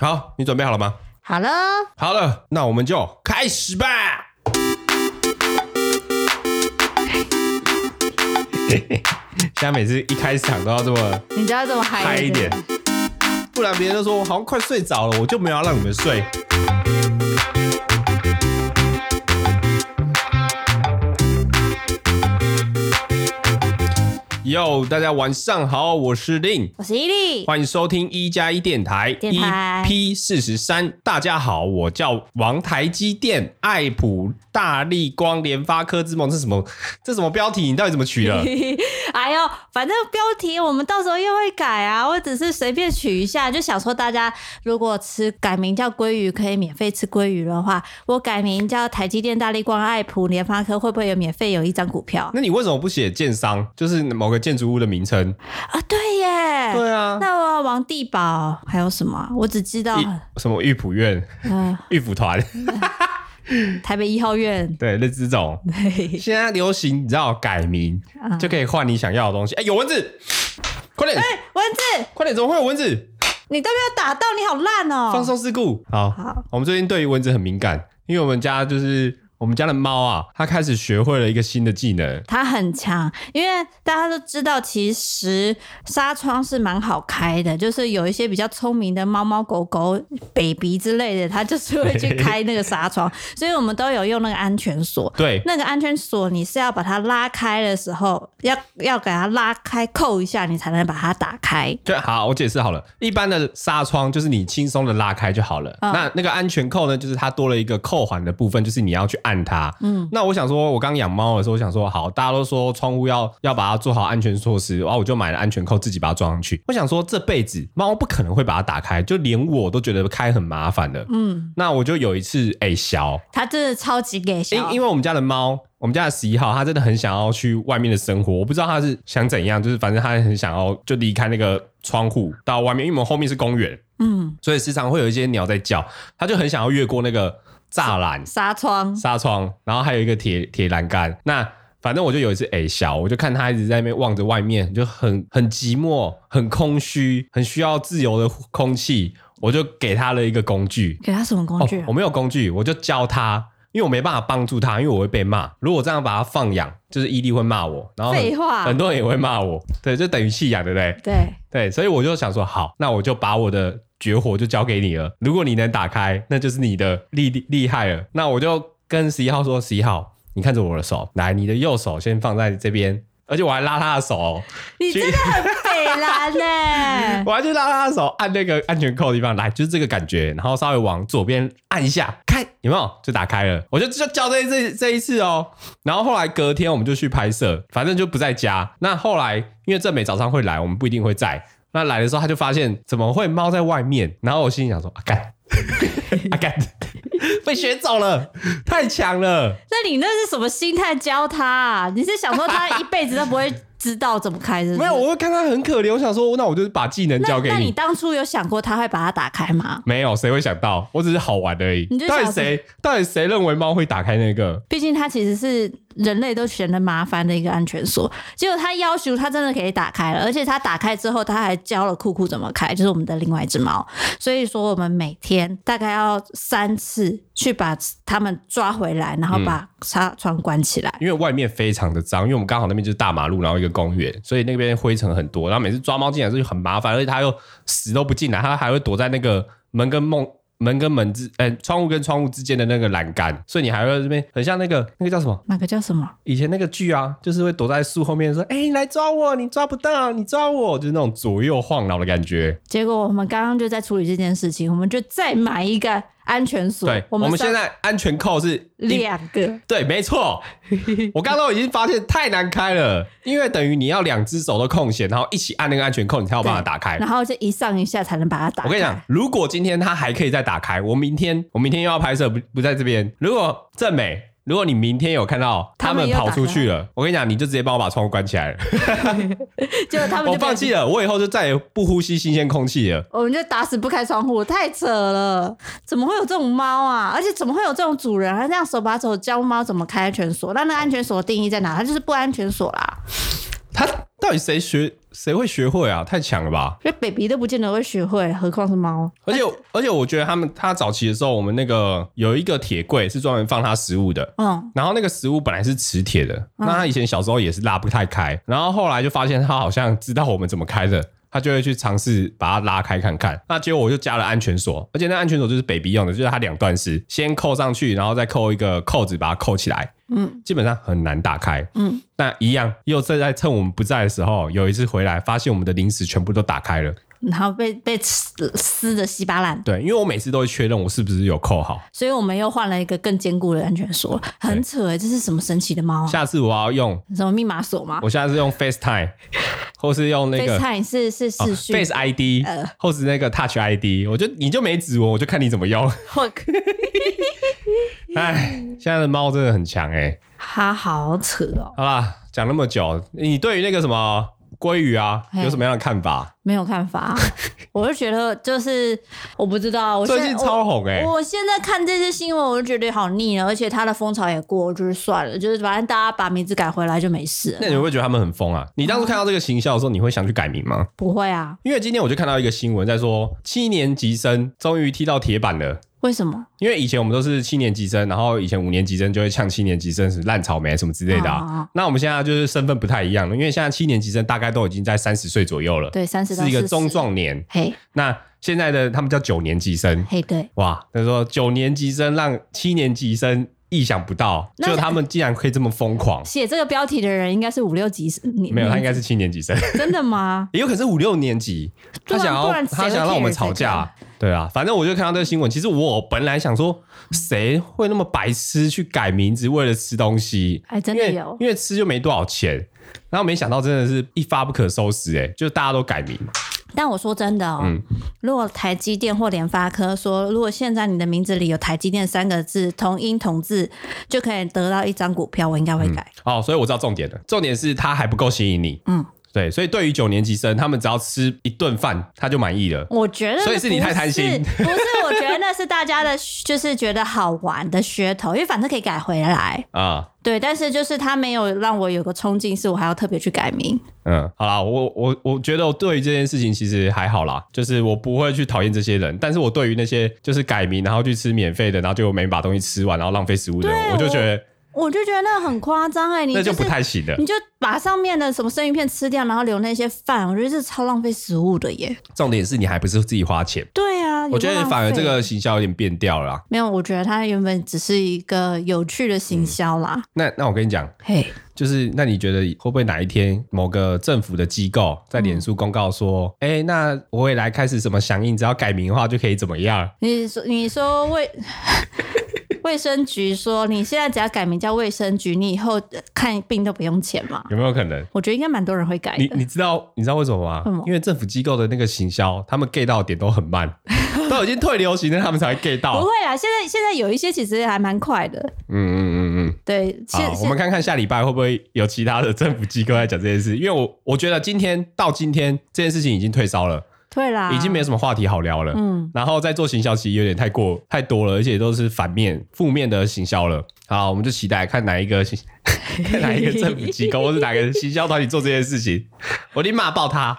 好，你准备好了吗？好了，好了，那我们就开始吧。 现在每次一开场都要这么你就要这么嗨嗨一点，不然别人都说我好像快睡着了，我就没有要让你们睡。哟，大家晚上好，我是令，我是伊利，欢迎收听一加一电台电台 EP 四十三。大家好，我叫王台积电、爱普、大力光、联发科之梦，这是什么？这是什么标题？你到底怎么取 的？哎呦，反正标题我们到时候又会改啊，我只是随便取一下，就想说大家如果吃改名叫鲑鱼可以免费吃鲑鱼的话，我改名叫台积电、大力光、爱普、联发科，会不会有免费有一张股票那你为什么不写建商？就是某个建筑物的名称？啊？对耶，对啊，那我要王地堡还有什么啊？我只知道，玉什么玉普院、嗯、玉普团， 台北一号 院， 对，类似这种。对，现在流行，你知道改名啊哎就可以换你想要的东西。哎，有蚊子，快点，文字，快点，怎么会有蚊子？你都没有打到，你好烂哦、放松事故。好，好我们最近对于蚊子很敏感，因为我们家就是我们家的猫啊，它开始学会了一个新的技能。它很强，因为大家都知道，其实纱窗是蛮好开的，就是有一些比较聪明的猫猫狗狗、baby 之类的，它就是会去开那个纱窗，所以我们都有用那个安 全锁。对，那个安全锁你是要把它拉开的时候，要要给它拉开扣一下，你才能把它打开。就好，我解释好了。一般的纱窗就是你轻松的拉开就好了。嗯那那个安全扣呢，就是它多了一个扣环的部分，就是你要去按它。嗯，那我想说，我刚养猫的时候，我想说，好，大家都说窗户要 要把它做好安全措施，然后我就买了安全扣，自己把它装上去。我想说，这辈子猫不可能会把它打开，就连我都觉得开很麻烦的。嗯，那我就有一次，哎、小，它真的超级给小，因因为我们家的猫，我们家的十一号，它真的很想要去外面的生活。我不知道它是想怎样，就是反正它很想要就离开那个窗户到外面，因为我们后面是公园，嗯，所以时常会有一些鸟在叫，它就很想要越过那个栅栏、纱窗纱窗，然后还有一个铁铁栏杆。那反正我就有一次，哎、小，我就看它一直在那边望着外面，就很很寂寞、很空虚、很需要自由的空气，我就给它了一个工具，给它什么工哦具、啊？我没有工具，我就教他，因为我没办法帮助他，因为我会被骂。如果这样把他放养，就是伊利会骂我，然后很废话哦很多人也会骂我，对，就等于弃养，对不对？对，对，所以我就想说，好，那我就把我的绝活就交给你了。如果你能打开，那就是你的厉厉害了。那我就跟十一号说，十一号，你看着我的手，来，你的右手先放在这边，而且我还拉他的手哦、你真的 很北蓝欸呢、我还去拉他的手，按那个安全扣的地方，来，就是这个感觉，然后稍微往左边按一下，看有没有就打开了。我就就教这这这一次哦。然后后来隔天我们就去拍摄，反正就不在家。那后来因为正美早上会来，我们不一定会在。那来的时候他就发现怎么会猫在外面，然后我心里想说啊干 啊干， 被学走了，太强了。那你那是什么心态教他、啊？你是想说他一辈子都不会知道怎么开是不是？没有，我会看他很可怜，我想说那我就把技能那交给那你当初有想过他会把它打开吗？没有，谁会想到？我只是好玩而已你就。到底想说哎谁？到底谁认为猫会打开那个？毕竟它其实是人类都嫌得麻烦的一个安全锁，结果他要求他真的可以打开了，而且他打开之后他还教了酷酷怎么开，就是我们的另外一只猫。所以说我们每天大概要三次去把它们抓回来，然后把纱窗关起来。因为外面非常的脏，因为我们刚好那边就是大马路，然后一个公园，所以那边灰尘很多。然后每次抓猫进来就很麻烦，而且它又死都不进来，它还会躲在那个门跟梦。门跟门之，呃、窗户跟窗户之间的那个栏杆，所以你还会在这边很像那个那个叫什么？那个叫什么？以前那个剧啊，就是会躲在树后面说：“哎、你来抓我，你抓不到，你抓我。”就是那种左右晃脑的感觉。结果我们刚刚就在处理这件事情，我们就再买一个安全锁。对，我们们上现在安全扣是一两个，对，没 错，我刚刚都已经发现太难开了，因为等于你要两只手都空闲，然后一起按那个安全扣，你才有办法打开然。后就一上一下才能把它打哎开。我跟你讲，，如果今天它还可以再打开，我明天我明天又要拍摄，不不在这边。如果正美，如果你明天有看到他他们们又跑出打开去了，我跟你讲，你就直接帮我把窗户关起来了。结果他们我就放弃了，我以后就再也不呼吸新鲜空气了。我们就打死不开窗户，太扯了！怎么会有这种猫啊？而且怎么会有这种主人还啊这样手把手教猫怎么开安全锁？那那安全锁的定义在哪？它就是不安全锁啦。它到底谁学谁会学会啊？太强了吧！因为 baby 都不见得会学会，何况是猫。而且而且，我觉得他们他早期的时候，我们那个有一个铁柜是专门放他食物的。嗯，然后那个食物本来是磁铁的，那他以前小时候也是拉不太开，然后后来就发现他好像知道我们怎么开的，他就会去尝试把它拉开看看。那结果我就加了安全锁，而且那安全锁就是 baby 用的，就是它两段式，先扣上去，然后再扣一个扣子把它扣起来。嗯，基本上很难打开。嗯，那一样又正在趁我们不在的时候，有一次回来发现我们的零食全部都打开了。然后被被撕撕的稀巴烂，对，因为我每次都会确认我是不是有扣好。所以我们又换了一个更坚固的安全锁，很扯哎、这是什么神奇的猫啊？下次我要用，什么密码锁吗我下次用 FaceTime，或是用那个 FaceTime 是是哦视讯、呃 Face ID，、或是那个 Touch ID，我就你就没指纹，我就看你怎么用。我 嗯哎，现在的猫真的很强哎、它好扯哦，好啦，讲那么久，你对于那个什么鲑鱼啊，嘿有什么样的看法？没有 看法，我就觉得就是我不知道，我现最在近超红哎、我我现在看这些新闻，我就觉得好腻哦了，而且它的风潮也过，就是算了，就是反正大家把名字改回来就没事了那你会不会觉得他们很疯啊？你当初看到这个行销的时候，你会想去改名吗？不会啊？因为今天我就看到一个新闻，在说七年级生终于踢到铁板了。为什么？因为以前我们都是七年级生，然后以前五年级生就会呛七年级生是烂草莓什么之类的、啊。啊那我们现在就是身份不太一样了，因为现在七年级生大概都已经在三十岁左右了，对，三十到是一个40中，壮年。嘿，那现在的他们叫九年级生，嘿，对，哇，他说九年级生让七年级生意想不到，那就他们竟然可以这么疯狂。写这个标题的人应该是五六级，你没有，他应该是七年级生，真的吗？也有可能是五六年级。对他啊想不要然谁他会想让我们吵 care 这架，对啊，反正我就看到这个新闻。其实我本来想说，谁会那么白痴去改名字为了吃东西？哎真因的为有因为吃就没多少钱。然后没想到真的是一发不可收拾、哎，就大家都改名，但我说真的哦，嗯如果台积电或联发科说，如果现在你的名字里有台积电三个字，同音同字，就可以得到一张股票，我应该会改。哦，所以我知道重点了。重点是它还不够吸引你，嗯嗯，对。所以对于九年级生，他们只要吃一顿饭，他就满意了。我觉得那所以是你不太贪心不是，我觉得那是大家的，就是觉得好玩的噱头，因为反正可以改回来。啊，对，但是就是他没有让我有个冲劲，是我还要特别去改名。嗯，好啦，我我我觉得我对于这件事情其实还好啦，就是我不会去讨厌这些人，但是我对于那些就是改名然后去吃免费的，然后就没把东西吃完，然后浪费食物的人，对啊我就觉得我就觉得那很夸张哎，你那就就是不太行了。你就把上面的什么生鱼片吃掉，然后留那些饭，我觉得这超浪费食物的耶。重点是你还不是自己花钱，对啊，我觉有得够浪反而这费个行销有点变调了啦。没有，我觉得它原本只是一个有趣的嗯行销啦。那那我跟你讲，嘿，就是那你觉得会不会哪一天某个政府的机构在脸书公告说，哎、那我也来开始什么响应，只要改名的话就可以怎么样？你说你说 卫卫生局说你现在只要改名叫卫生局，你以后呃看病都不用钱嘛？有没有可能？我觉得应该蛮多人会改你的。你知道你知道为什么吗？为什么因为政府机构的那个行销，他们 get 到的点都很 慢，都已经退流行了，他们才会 get 不到会。啦，现在现在有一些其实还蛮快的。嗯嗯嗯嗯。对，现好，我现们看看下礼拜会不会有其他的政府机构在讲这件事，因为我我觉得今天到今天这件事情已经退烧了，对啦，已经没有什么话题好聊了。啊嗯，然后再做行销，其实有点太过太多了，而且都是反面负面的行销了。好，我们就期待看哪一个行 看哪一个政府机构或是哪个行销团体做这件事情，我立马爆他。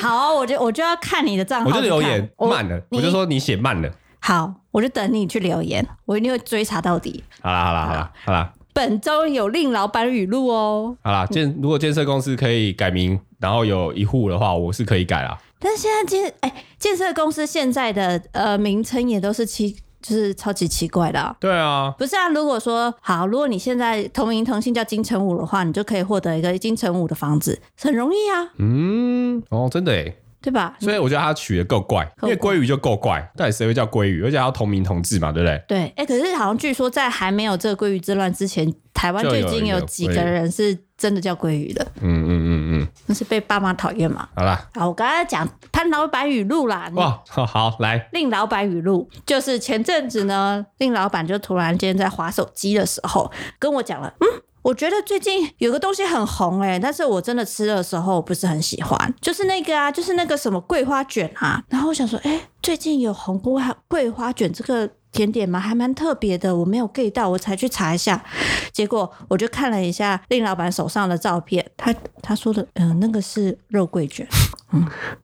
好啊，我就我就要看你的账号我去就看，留言我慢了，你我就说你写慢了。好，我就等你去留言，我一定会追查到底。好啦好啦好啦好啦本周有令老板语录哦。好啦，建如果建设公司可以改名，然后有一户的话，我是可以改啦。但是现在建哎、建设公司现在的呃名称也都是奇，就是超级奇怪的啊、对啊，不是啊，如果说好，如果你现在同名同姓叫金城武的话，你就可以获得一个金城武的房子，很容易啊，嗯，哦，真的诶，对吧？所以我觉得他取的够怪，因嗯够怪为鲑鱼就够怪，到底谁会叫鲑鱼？而且还要同名同字嘛，对不对？对，哎、可是好像据说在还没有这个鲑鱼之乱之前，台湾就已就有经一个有几鲑鱼个人是真的叫鲑鱼的，嗯嗯嗯嗯，那是被爸妈讨厌嘛。好啦，好，我刚才讲潘老板语录啦，你哇，好好来，令老板语录，就是前阵子呢，令老板就突然间在划手机的时候跟我讲了，嗯。我觉得最近有个东西很红哎、但是我真的吃的时候我不是很喜欢，就是那个啊，就是那个什么桂花卷啊。然后我想说，哎、最近有红桂花桂花卷这个甜点吗？还蛮特别的，我没有 get 到，我才去查一下。结果我就看了一下令老板手上的照片，他他说的，嗯、那个是肉桂卷，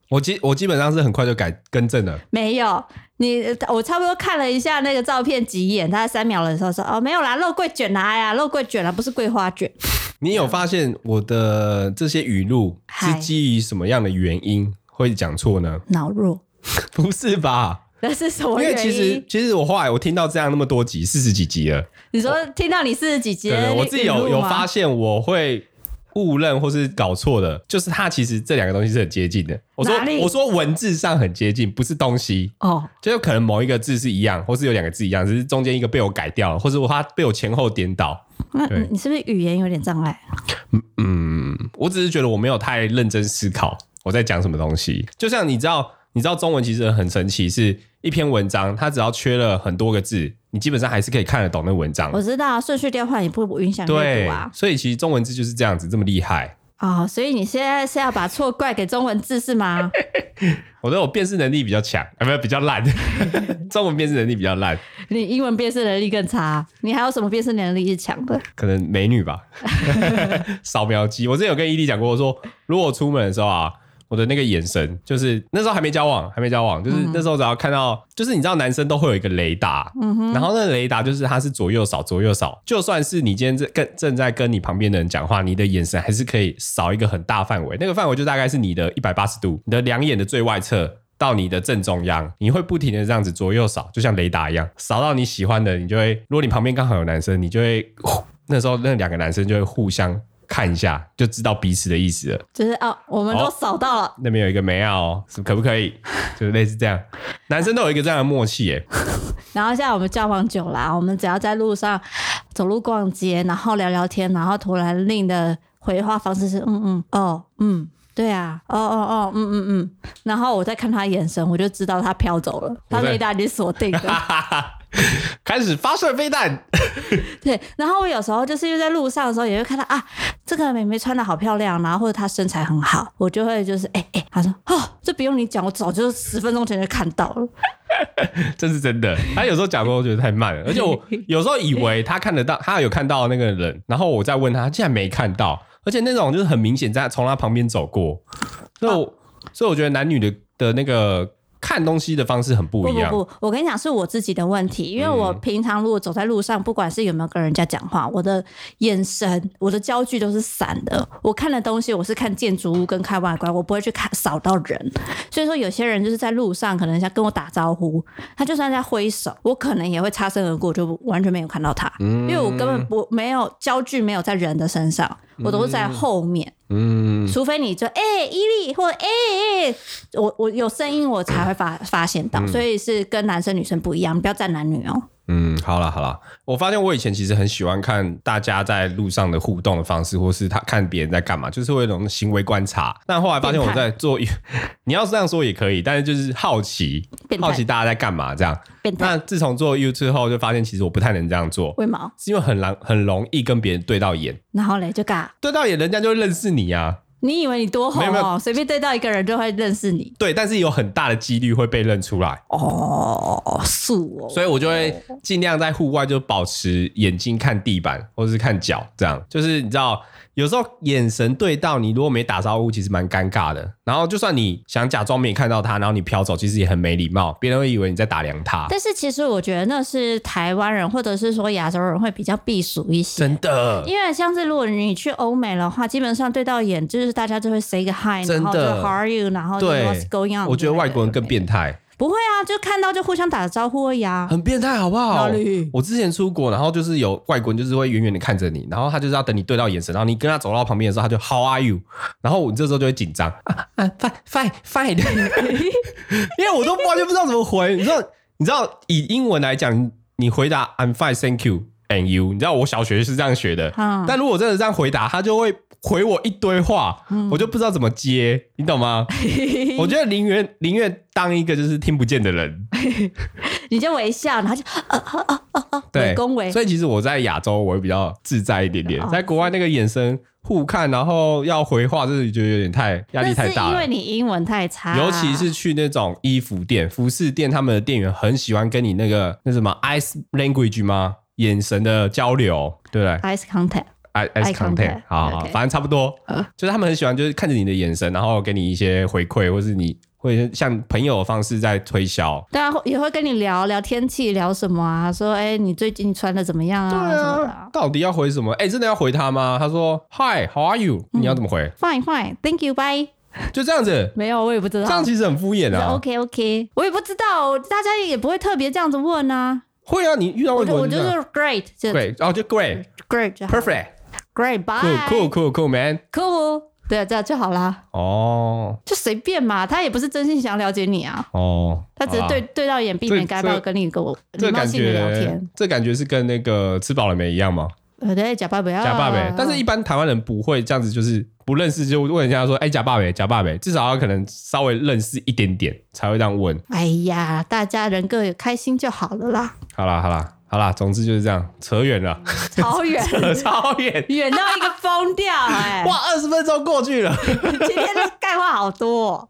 我基我基本上是很快就改更正了。没有。你呃我差不多看了一下那个照片几眼，大概三秒的时候说，哦，没有啦，肉桂卷啦、哎呀，肉桂卷啦、不是桂花卷。你有发现我的这些语录是嗨基于什么样的原因会讲错呢？ 脑弱，不是吧？那是什因么原为因？其实其实我后来我听到这样那么多集，四十几集了，你说听到你四十几集的对，我语自己有录有吗发现我会。误认或是搞错的，就是它其实这两个东西是很接近的。我说哪里我说文字上很接近，不是东西，哦，就是可能某一个字是一样，或是有两个字一样，只是中间一个被我改掉了，或者它被我前后颠倒。那对你是不是语言有点障碍？嗯，我只是觉得我没有太认真思考我在讲什么东西。就像你知道，你知道中文其实很神奇，是一篇文章，它只要缺了很多个字，你基本上还是可以看得懂那文章我。知道啊顺序调换也不影响阅对读啊，。所以其实中文字就是这样子，这么厉害。哦，所以你现在是要把错怪给中文字是吗？ 我觉得我辨识能力比较强，啊，没有比较烂，中文辨识能力比较烂，你英文辨识能力更差，你还有什么辨识能力是强的？可能美女吧， 扫描机。我之前有跟伊利讲过，我说如果我出门的时候啊，我的那个眼神，就是那时候还没交往，还没交往，就是那时候只要看到，就是你知道男生都会有一个雷达，然后那个雷达就是它是左右扫，左右扫，就算是你今天正跟正在跟你旁边的人讲话，你的眼神还是可以扫一个很大范围，那个范围就大概是你的一百八十度，你的两眼的最外侧。到你的正中央，你会不停的这样子左右扫，就像雷达一样，扫到你喜欢的，你就会，如果你旁边刚好有男生，你就会，那时候那两个男生就会互相看一下，就知道彼此的意思了。就是哦，我们都哦扫到了，那边有一个没啊哦，是可不可 以？就是类似这样，男生都有一个这样的默契耶。 然后现在我们交往久了啊，我们只要在路上走路、逛街，然后聊聊天，然后突然令的回话方式是嗯嗯哦嗯。对啊，哦哦哦，嗯嗯嗯，然后我再看他眼神，我就知道他飘走了，他我在雷达已经锁定 了。开始发射飞弹， 对，然后我有时候就是因为在路上的时候，也会看到啊，这个妹妹穿的好漂亮，然后或者她身材很好，我就会就是哎哎，她、说哦，这不用你讲，我早就十分钟前就看到了。这是真的。他有时候讲过，我觉得太慢了，而且 我有时候以为他看得到，他有看到那个人，然后我再问他，他竟然没看到，而且那种就是很明显在从他旁边走过，所以我、所以我觉得男女的的那个看东西的方式很不不一样。嗯不不，我跟你讲是我自己的问题，因为我平常如果走在路上，不管是有没有跟人家讲话，我的眼神、我的焦距都是散的。我看的东西，我是看建筑物跟看外观，我不会去看扫到人。所以说，有些人就是在路上，可能想跟我打招呼，他就算在挥手，我可能也会擦身而过，就完全没有看到他，因为我根嗯本不没有焦距，没有在人的身上，我都是在后面。嗯，除非你就哎、欸、伊利或哎、欸欸我我有声音我才会发发现到，所以是跟男生女生不一样，不要站男女哦。嗯，好啦好啦，我发现我以前其实很喜欢看大家在路上的互动的方式，或是他看别人在干嘛，就是会有一种行为观察。但后来发现我在做，你要是这样说也可以，但是就是好奇变，态好奇大家在干嘛这样。变态那自从做 YouTube 后，就发现其实我不太能这样做，为毛？是因为很难很容易跟别人对到眼，然后嘞就尬，对到眼人家就会认识你啊。你以为你多红没有没哦？有随便对到一个人就会认识你对，但是有很大的几率会被认出来，哦，是哦。所以我就会尽量在户外就保持眼睛看地板或者是看脚，这样就是你知道，有时候眼神对到你，如果没打招呼，其实蛮尴尬的。然后就算你想假装没看到他，然后你飘走，其实也很没礼貌，别人会以为你在打量他。但是其实我觉得那是台湾人或者是说亚洲人会比较避暑一些，真的，因为像是如果你去欧美的话，基本上对到眼就是大家就会 say 个 hi，真的然后就 how are you，然后就对 what's going on。我觉得外国人更变态，不会啊，就看到就互相打招呼而已啊。很变态，好不好哪里？我之前出国，然后就是有外国人，就是会远远的看着你，然后他就是要等你对到眼神，然后你跟他走到旁边的时候，他就 How are you？然后我这时候就会紧张啊啊，fine fine fine，因为我都完全不知道怎么回。你知道，你知道以英文来讲，你回答 I'm fine, thank you and you，你知道我小学是这样学的，嗯但如果真的这样回答，他就会回我一堆话，我就不知道怎么接，你懂吗？ 哎我觉得宁愿宁愿当一个就是听不见的人。你就微笑，然后就对，恭维所以其实我在亚洲我会比较自在一点点，哦在国外那个眼神互看，然后要回话，这就有点太压力太大那是因了为。你啊英文太差，尤其是去那种衣服店、服饰店，他们的店员很喜欢跟你那个那什么 eyes language 吗？眼神的交流，对不对 eyes contact。 ？eye eyes Eye contact， contact，好好， OK 反正差不多嗯，就是他们很喜欢，就是看着你的眼神，然后给你一些回馈，或是你会像朋友的方式在推销。对啊，也会跟你聊聊天气，聊什么啊？说哎、你最近穿的怎么样对啊？什么的啊啊，到底要回什么？哎，真的要回他吗？他说 Hi，How are you？你要嗯怎么回？ Fine, fine, thank you, bye。就这样子， 没有，我也不知这样道。其实很敷衍啊。 OK, OK，我也不知道，大家也不会特别这样子问啊。会啊，你遇到我问题就我我就这是样 great，就 great，然后就 great，perfect，cool，cool，cool great 就好 great，bye，cool cool cool man。 cool，对啊，这样就好啦，哦就随便嘛。他也不是真心想了解你啊，哦，他只是对好啦对到眼避这免该这报跟你一个这礼貌感性的聊觉天。，这感觉是跟那个吃饱了没一样嘛，呃，对，假爸不要假爸呗。但是一般台湾人不会这样子，就是不认识就问人家说，哎，假爸呗，假爸呗，至少要可能稍微认识一点点才会这样问。哎呀，大家人各有开心就好了 啦，好啦好啦好啦，总之就是这样，扯远了， 超远，扯超远。远到一个疯掉 哎、哇，二十分钟过去了，今天的钙化好多、哦。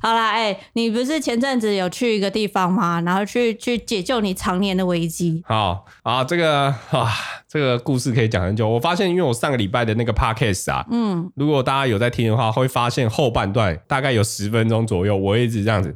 好啦，哎、你不是前阵子有去一个地方吗？然后去去解救你常年的危机。好啊，这个啊，这个故事可以讲很久。我发现，因为我上个礼拜的那个 podcast 啊，嗯，如果大家有在听的话，会发现后半段大概有十分钟左右，我一直这样子，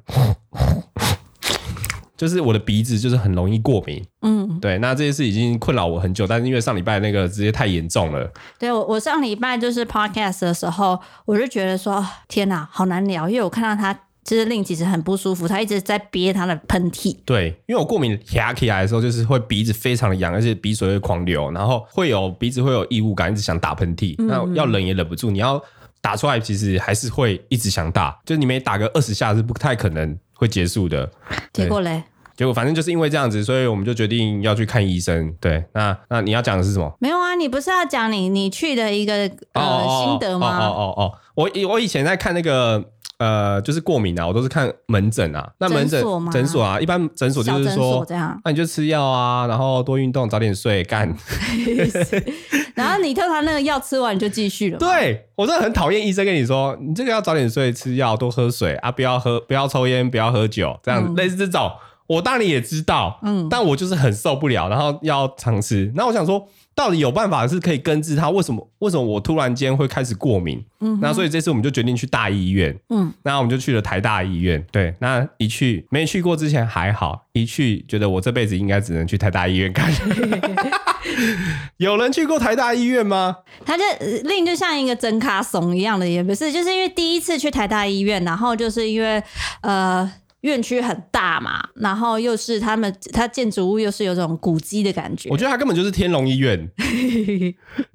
就是我的鼻子就是很容易过敏。嗯，对，那这件事已经困扰我很久，但是因为上礼拜那个直接太严重了，对我我上礼拜就是 podcast 的时候，我就觉得说，啊天哪，好难聊，因为我看到他就是令其实很不舒服，他一直在憋他的喷嚏。对，因为我过敏压起来的时候，就是会鼻子非常的痒，而且鼻水会狂流，然后会有鼻子会有异物感，一直想打喷嚏，嗯那要忍也忍不住，你要打出来，其实还是会一直想打，就是你每打个二十下是不太可能会结束的。对结果嘞，结果反正就是因为这样子，所以我们就决定要去看医生。对，那那你要讲的是什么？没有啊，你不是要讲你你去的一个呃、心得吗？哦哦哦哦，我以我以前在看那个。呃，就是过敏啊，我都是看门诊啊。那门诊诊所吗诊所啊，一般诊所就小是诊说所，这样， 那你就吃药啊，然后多运动，早点睡，干。然后你通常那个药吃完你就继续了嘛。对我真的很讨厌医生跟你说，你这个要早点睡，吃药，多喝水啊，不要喝，不要抽烟，不要喝酒，这嗯样子、类似这种。我当然也知道，嗯，但我就是很受不了，然后要常吃。那我想说，到底有办法是可以根治它？为什么？为什么我突然间会开始过敏？嗯，那所以这次我们就决定去大医院。嗯，那我们就去了台大医院。对，那一去没去过之前还好，一去觉得我这辈子应该只能去台大医院 看。有人去过台大医院吗？他就呃令就像一个整卡怂一样的，也不是，就是因为第一次去台大医院，然后就是因为呃。院区很大嘛，然后又是他们，它建筑物又是有种古迹的感觉我。觉得它根本就是天龙医 院，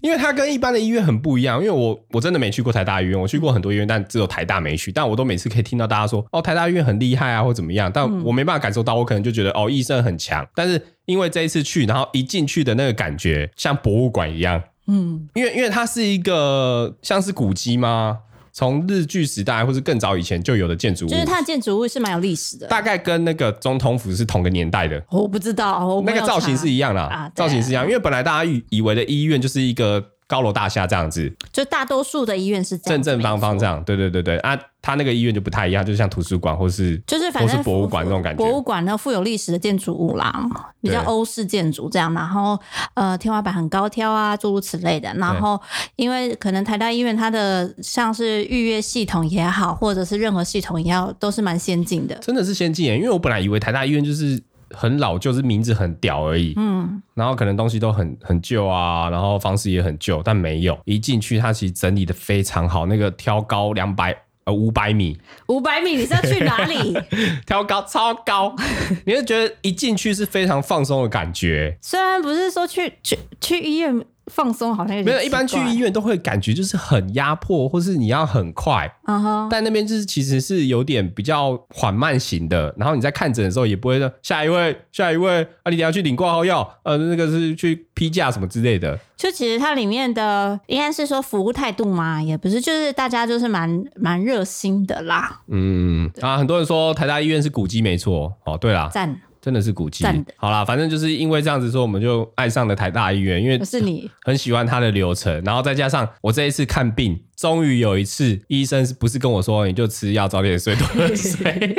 因为它跟一般的医院很不一样。因为我我真的没去过台大医院，我去过很多医院，但只有台大没去。但我都每次可以听到大家说，哦，台大医院很厉害啊，或怎么样，但嗯我没办法感受到，我可能就觉得哦，医生很强。但是因为这一次去，然后一进去的那个感觉像博物馆一样，嗯，因为因为它是一个像是古迹吗？从日据时代或是更早以前就有的建筑物， 就是它的建筑物是蛮有历史的。大概跟那个总统府是同个年代的。我不知道，我没那有个造型查是一样啦，啊对造型是一样，因为本来大家以以为的医院就是一个高楼大厦这样子，就大多数的医院是这样正正子方方没这样，对对对对啊，他那个医院就不太一样，就像图书馆或是错，就是反或正是博物馆那种感觉博物馆那富有历史的建筑物啦，比较对欧式建筑这样，然后呃天花板很高挑啊，诸如此类的。然后因为可能台大医院它的像是预约系统也好，或者是任何系统也好，都是蛮先进的。真的是先进耶，因为我本来以为台大医院就是很老旧，就是名字很屌而已，嗯，然后可能东西都很很旧啊，然后方式也很旧，但没有一进去，它其实整理的非常好，那个挑高两百呃五百米，五百米你是要去哪里？挑高超高，你就觉得一进去是非常放松的感觉， 虽然不是说去去去医院放松，好像有没点有，一般去奇怪医，院都会感觉就是很压迫，或是你要很快，嗯哼，但那边就是其实是有点比较缓慢型的。然后你在看诊的时候也不会说下一位，下一位啊，你等一下去领挂号药，呃，那个是去批假什么之类的。就其实它里面的应该是说服务态度嘛，也不是，就是大家就是蛮蛮热心的啦，嗯啊，很多人说台大医院是古迹没错，哦，对啦，赞。真的是古迹赞的。好啦，反正就是因为这样子说，我们就爱上了台大医院，因为可是你很喜欢它的流程，然后再加上我这一次看病，终于有一次医生是不是跟我说你就吃药早点睡多 喝水，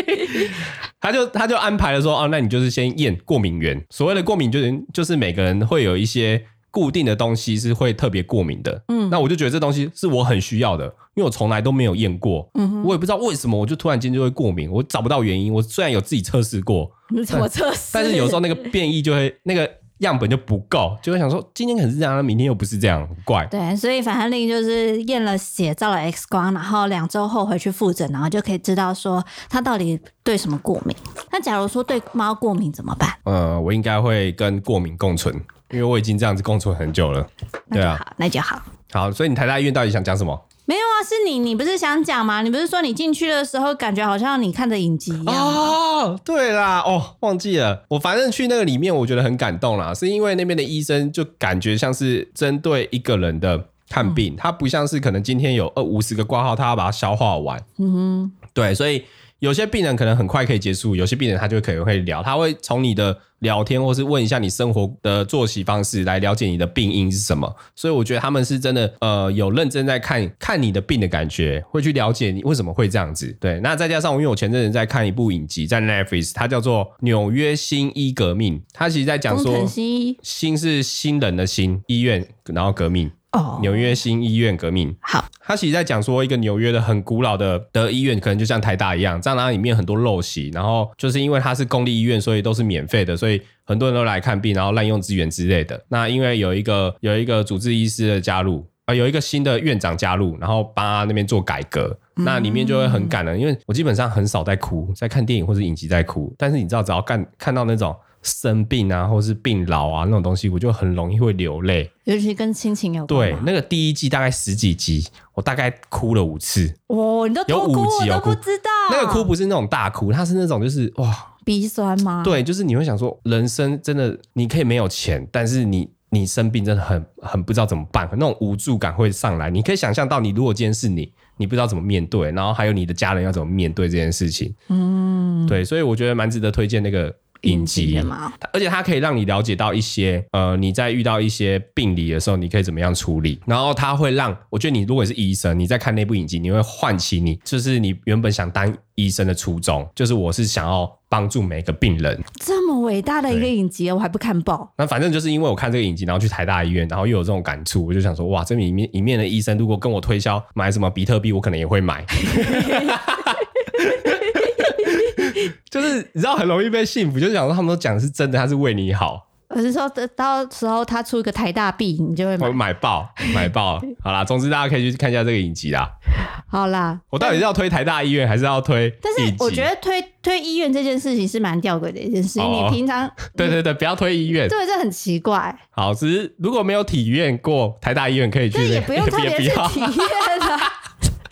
他就他就安排了说哦，那你就是先验过敏源。所谓的过敏就是就是每个人会有一些固定的东西是会特别过敏的，嗯，那我就觉得这东西是我很需要的，因为我从来都没有验过，嗯，我也不知道为什么我就突然间就会过敏，我找不到原因。我虽然有自己测试过，你怎么测试？但是有时候那个变异就会那个样本就不够，就会想说今天可能是这样，那明天又不是这样，很怪。对，所以反正令就是验了血，照了 X 光，然后两周后回去复诊，然后就可以知道说他到底对什么过敏。那假如说对猫过敏怎么办？呃，我应该会跟过敏共存，因为我已经这样子共存很久了。那对就啊好，，那就好。好，所以你台大医院到底想讲什么？没有啊，是你，你不是想讲吗？你不是说你进去的时候感觉好像你看的影集一样？啊哦，对啦，哦，忘记了。我反正去那个里面，我觉得很感动啦，是因为那边的医生就感觉像是针对一个人的看病，嗯他不像是可能今天有二五十个挂号，他要把它消化完。嗯哼，对，所以有些病人可能很快可以结束，有些病人他就可能会聊，他会从你的聊天或是问一下你生活的作息方式来了解你的病因是什么。所以我觉得他们是真的呃有认真在看看你的病的感觉，会去了解你为什么会这样子。对，那再加上因为我前阵子在看一部影集，在 Netflix，它叫做《纽约新医革命》，它其实在讲工说藤。新一新是新人的新医院，然后革命，哦，纽约新医院革命。好，他其实在讲说一个纽约的很古老的的医院，可能就像台大一样，这样它里面很多陋习，然后就是因为它是公立医院，所以都是免费的，所以很多人都来看病，然后滥用资源之类的。那因为有一个有一个主治医师的加入。啊，有一个新的院长加入，然后帮他那边做改革，嗯那里面就会很感人。因为我基本上很少在哭，在看电影或者影集在哭，但是你知道，只要看看到那种生病啊，或是病老啊那种东西，我就很容易会流泪。尤其跟亲情有关对吗。，那个第一季大概十几集，我大概哭了五次。哦，你都有痛五哭，集我有都哭不知道。那个哭不是那种大哭，它是那种就是哇，鼻酸吗？，对，就是你会想说，人生真的你可以没有钱，但是你你生病真的很很不知道怎么办，那种无助感会上来。你可以想象到，你如果今天是你，你不知道怎么面对，然后还有你的家人要怎么面对这件事情。嗯，对，所以我觉得蛮值得推荐那个影集的嘛。而且它可以让你了解到一些，呃，你在遇到一些病理的时候，你可以怎么样处理。然后它会让我觉得你如果是医生，你在看那部影集，你会唤起你就是你原本想当医生的初衷，就是我是想要帮助每个病人。这么伟大的一个对影集，我还不看报。那反正就是因为我看这个影集，然后去台大医院，然后又有这种感触，我就想说，哇，这里面里面的医生如果跟我推销买什么比特币，我可能也会买。 就是你知道很容易被幸福，就是想说他们都讲的是真的，他是为你好。我是说，到到时候他出一个台大币，你就会我买。买爆，买爆！好啦，总之大家可以去看一下这个影集啦。好啦，我到底是要推台大医院，还是要推但影是集我觉得推推医院这件事情是蛮吊诡的一件事情。哦你平常对对对，不要推医院。对这很奇怪， 好，只是如果没有体验过台大医院，可以去但那也个不用特也别不去要体验啊。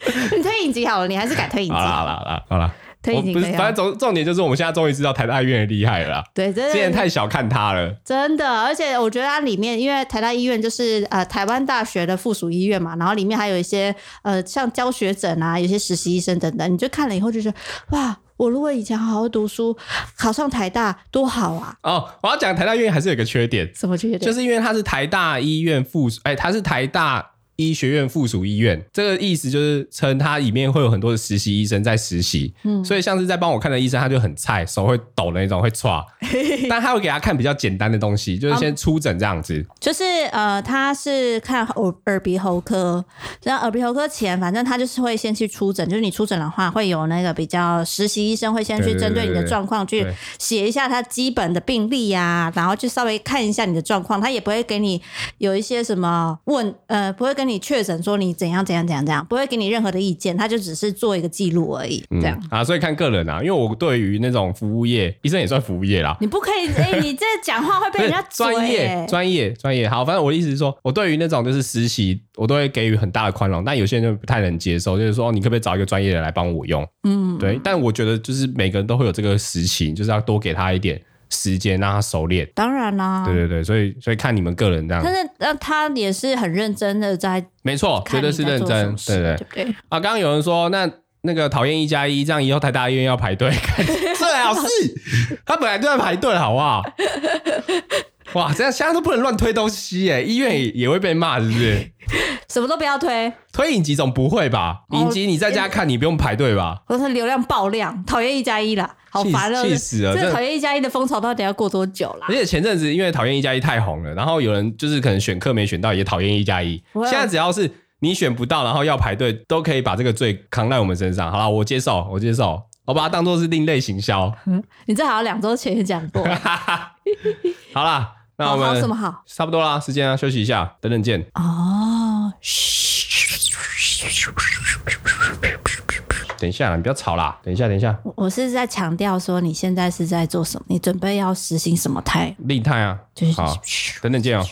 你推影集好了，你还是敢推影集好啦？好啦好啦好啦，推我影集不是可以，反正啊。重重点就是我们现在终于知道台大医院的厉害了啦。对，真之前的太小看它了，真的，而且我觉得它里面，因为台大医院就是呃台湾大学的附属医院嘛，然后里面还有一些呃像教学诊啊，有些实习医生等等，你就看了以后就觉得哇，我如果以前好好读书，考上台大多好啊！哦。我要讲台大医院还是有个缺点，什么缺点？就是因为它是台大医院附属，哎、它是台大医学院附属医院，这个意思就是称它里面会有很多的实习医生在实习，嗯所以像是在帮我看的医生，他就很菜，手会抖的那种，会 歘，但他会给他看比较简单的东西，就是哦先出诊这样子，嗯就是呃，他是看耳耳鼻喉科，那耳鼻喉科前，反正他就是会先去出诊，就是你出诊的话，会有那个比较实习医生会先去对对针对对你的对状况去对写一下他基本的病历呀、然后去稍微看一下你的状况，他也不会给你有一些什么问，呃，不会跟你确诊说你怎样怎样怎样怎样，不会给你任何的意见，他就只是做一个记录而已，这样。啊，所以看个人啊，因为我对于那种服务业，医生也算服务业啦，你不可以，哎、你这讲话会被人家不是 专嘴业欸，专业专业，好，反正我的意思是说，我对于那种就是实习，我都会给予很大的宽容，但有些人就不太能接受，就是说、哦你可不可以找一个专业的来帮我用？嗯，对。但我觉得就是每个人都会有这个时期，就是要多给他一点时间，让他熟练。当然啦、对对对，所以所以看你们个人这样但，嗯是，那他也是很认真的在没错，绝看对你是在认做真，什么对事对对不对？啊，刚刚有人说，那那个讨厌一加一，这样以后台大医院要排队， 看最好是他本来就在排队了，好不好？ 哇，这样现在都不能乱推东西耶，医院也也会被骂，是不是？什么都不要推，推影集总不会吧？哦影集你在家看，你不用排队吧？我说流量爆量，讨厌一加一啦，好烦哦！气气死啊哎了真这个的讨厌一加一的风潮到底要过多久啦而？且前阵子因为讨厌一加一太红了，然后有人就是可能选课没选到，也讨厌一加一。哇现在只要是你选不到，然后要排队，都可以把这个罪扛在我们身上。好了，我接受，我接受，我把它当做是另类行销。你这好像两周前也讲过，好啦， 那我好好们什么好？差不多啦，时间啊，休息一下，等等见。哦，嘘，等一下啦，你不要吵啦，等一下，等一下，我我是在强调说你现在是在做什么，你准备要实行什么态？立态啊就，是好，等等见哦。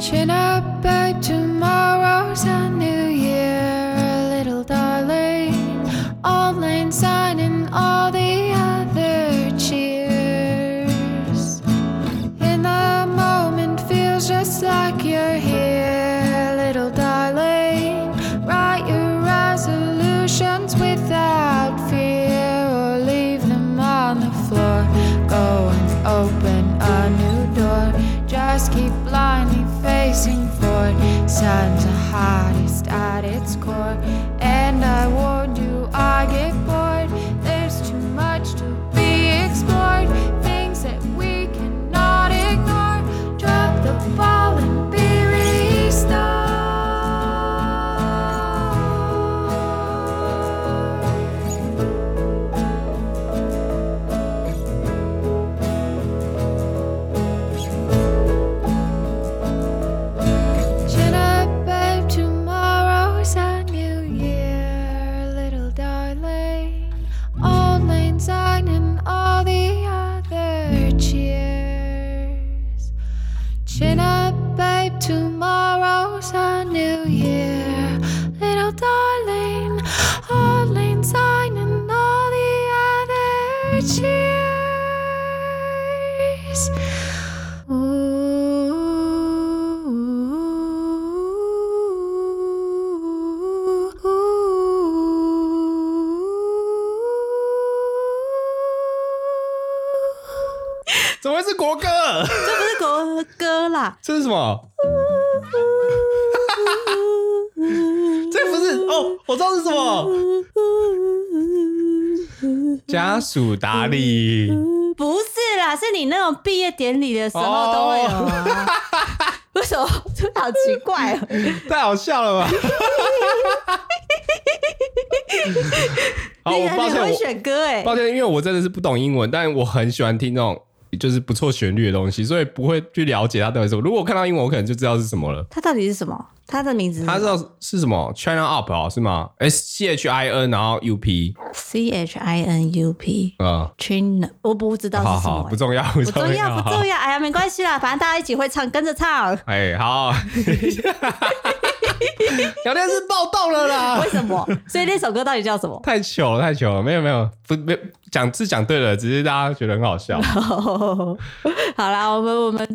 Chin up by tomorrow's a new year, little darling. Old Lang Syne and all the other cheers. In the moment feels just like you're here, little darling. Write your resolutions without fear or leave them on the floor. Go and open a new door. Just keep blindly facing forward. Sun's the hottest at its core. And I warned you, I get bored. There's too much to be explored. Things that we cannot ignore. Drop the ball and be restored. Chin up, babe, tomorrow's a new year, little darling. Old Lang Syne and all the other cheers. Chin up, babe, tomorrow's a new year, little darling. Old Lang Syne and all the other cheers. Ooh. 怎么会是国歌？，这不是国歌啦这是什么？这不是哦，我知道是什么。 家属打理，不是啦，是你那种毕业典礼的时哦候都会有啊。 为什么？真的好奇怪、哦。太好笑了 吧！ 好，你我很抱歉，会我选歌哎、抱歉，因为我真的是不懂英文，但我很喜欢听那种就是不错旋律的东西，所以不会去了解它到底是什么。如果我看到英文，我可能就知道是什么了。它到底是什么？它的名字是它知道是什么 China Up 哦，是吗？S C H I N，然后 U P， C H I N U P 嗯， China，我不知道好是什么、好，欸不重要，不不 重要，不重。要。哎呀，没关系啦，反正大家一起会唱，跟着唱。哎，好， 聊天室暴动了啦！为什么？所以那首歌到底叫什 么？太糗了，太糗了，没有没有，不没有讲是讲对了，只是大家觉得很好笑。好啦，我们我们